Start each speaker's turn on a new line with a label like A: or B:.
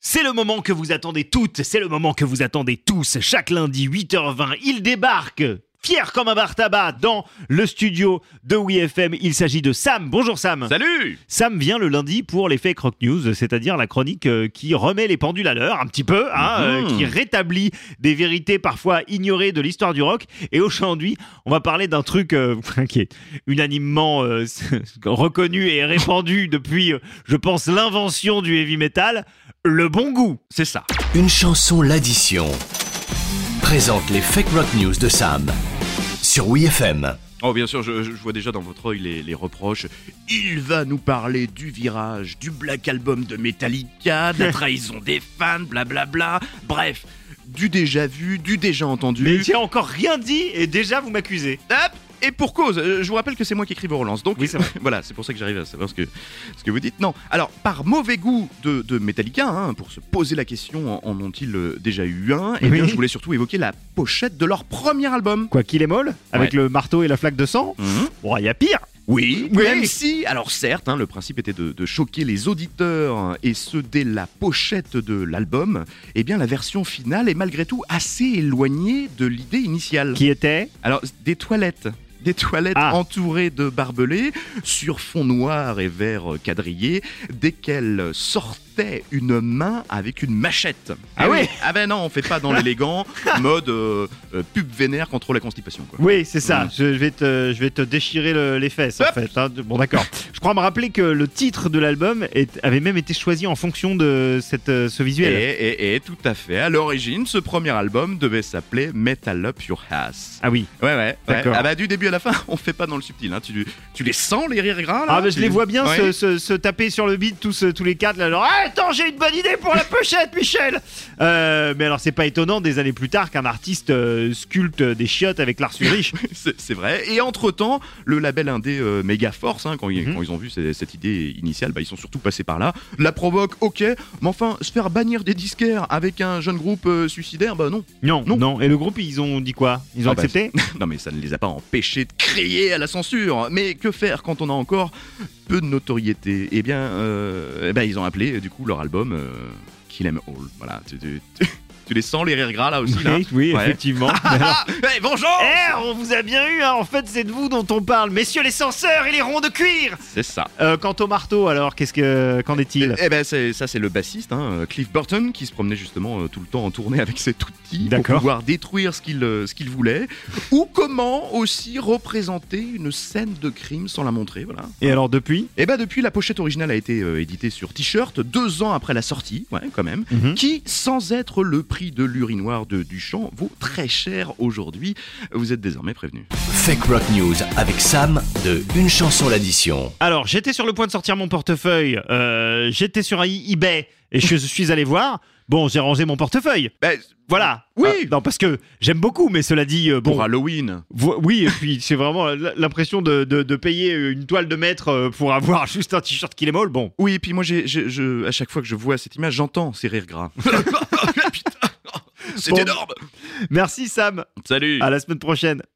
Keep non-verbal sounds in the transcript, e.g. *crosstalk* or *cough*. A: C'est le moment que vous attendez toutes, c'est le moment que vous attendez tous. Chaque lundi, 8h20, il débarque, fier comme un bar tabac, dans le studio de WeFM. Il s'agit de Sam. Bonjour Sam.
B: Salut
A: Sam vient le lundi pour les fake rock news, c'est-à-dire la chronique euh, qui remet les pendules à l'heure un petit peu, hein, euh,
B: Mhm.
A: qui rétablit des vérités parfois ignorées de l'histoire du rock. Et aujourd'hui, on va parler d'un truc euh, *laughs* qui est unanimement euh, *laughs* reconnu et répandu depuis, euh, je pense, l'invention du heavy metal, le bon goût.
B: C'est ça.
C: Une chanson l'addition présente les fake rock news de Sam sur WeFM.
B: Oh, bien sûr, je, je vois déjà dans votre œil les, les reproches. Il va nous parler du virage, du Black Album de
A: *laughs*
B: Metallica, de la trahison des fans, blablabla. Bref, du déjà vu, du déjà entendu.
A: Mais j'ai encore rien dit et déjà vous m'accusez.
B: Hop et pour cause, Euh, je vous rappelle que c'est moi qui écris vos relances. Donc
A: Oui, c'est vrai.
B: *laughs* voilà, c'est pour ça que j'arrive à savoir ce que, ce que vous dites. Non, alors par mauvais goût de, de Metallica, hein, pour se poser la question, en, en ont-ils euh, déjà eu un Eh bien,
A: Oui.
B: je voulais surtout évoquer la pochette de leur premier album.
A: Quoi qu'il est molle, avec le marteau et la flaque de sang, bon, il y a pire.
B: Oui,
A: Oui.
B: même si, alors certes, hein, le principe était de, de choquer les auditeurs et ce dès la pochette de l'album, eh bien la version finale est malgré tout assez éloignée de l'idée initiale.
A: Qui était
B: Alors, des toilettes des toilettes
A: Ah.
B: entourées de barbelés sur fond noir et vert quadrillé, desquelles sortait une main avec une machette.
A: Ah
B: Eh
A: ouais
B: Ah ben non, on fait pas
A: *laughs*
B: dans l'élégant, mode euh, euh, pub vénère contre la constipation. Quoi.
A: Oui, c'est ça.
B: Mm.
A: Je vais te, je vais te déchirer le- les fesses, en
B: Hop.
A: fait. hein. Bon, d'accord. Je crois me rappeler que le titre de l'album est- avait même été choisi en fonction de cette, euh, ce
B: Et,
A: visuel.
B: et- et tout à fait. À l'origine, ce premier album devait s'appeler Metal Up Your Ass.
A: Ah oui.
B: Ouais, ouais. ouais.
A: D'accord.
B: Ah bah du début à la fin, *laughs* on fait pas dans le subtil. hein. Tu, tu les sens les rires gras là
A: Ah, mais je
B: Tu-
A: les vois bien
B: Ouais.
A: se, se- se taper sur le beat tous, tous les quatre là, genre Ah, Attends, j'ai une bonne idée pour la pochette, Michel Euh, Mais alors, c'est pas étonnant des années plus tard qu'un artiste euh, sculpte des chiottes avec l'art
B: *laughs*
A: riche.
B: *laughs* C'est c'est vrai. Et entre-temps, le label indé euh, Megaforce, hein, quand, ils-
A: Mhm.
B: quand ils ont vu ces- cette idée initiale, bah, ils sont surtout passés par là. La provoque, ok, mais enfin, se faire bannir des disquaires avec un jeune groupe euh, suicidaire, bah non.
A: Non, non,
B: Non.
A: Et le groupe, ils ont dit quoi Ils ont
B: Ah bah, *laughs*
A: accepté
B: non, mais ça ne les a pas empêchés de crier à la censure. Mais que faire quand on a encore peu de notoriété Eh bien, euh, eh ben, ils ont appem appelé, du coup, leur album euh, Kill Em All. Voilà, tu, tu- tu- tu les sens, les rires gras, là aussi, là
A: Oui, oui,
B: Ouais.
A: effectivement.
B: *laughs* ah, eh, bonjour
A: Eh, on vous a bien eu, hein. en fait c'est de vous dont on parle, messieurs les censeurs et les ronds de cuir
B: C'est ça.
A: Euh, Quant au marteau alors, qu'est-ce que qu'en est-il
B: Eh ben c'est- ça c'est le bassiste hein, euh, Cliff Burton qui se promenait justement euh, tout le temps en tournée avec cet outil pour
A: D'accord.
B: pouvoir détruire ce qu'il euh, ce qu'il voulait ou comment aussi représenter une scène de crime sans la montrer voilà.
A: Et alors depuis
B: Eh ben depuis la pochette originale a été euh, éditée sur T-shirt deux ans après la sortie ouais quand même qui sans être le prix de l'urinoir de Duchamp vaut très cher aujourd'hui vous êtes désormais prévenus.
C: Fake rock news avec Sam de Une chanson l'addition.
A: Alors j'étais sur le point de sortir mon portefeuille, Euh, j'étais sur I- eBay et *laughs* je suis allé voir, bon j'ai rangé mon portefeuille,
B: Ben,
A: voilà
B: Oui.
A: Ah, Non parce que j'aime beaucoup mais cela dit, euh, bon...
B: pour Halloween
A: vo- Oui, et puis c'est vraiment l- l'impression de, de- de payer une toile de maître euh, pour avoir *laughs* juste un t-shirt qui les molle. Bon,
B: Oui, et puis moi, j'ai, j'ai- je, à chaque fois que je vois cette image, j'entends ces rires *laughs* gras. Putain, c'est
A: Bon.
B: énorme
A: merci Sam,
B: Salut
A: à la semaine prochaine.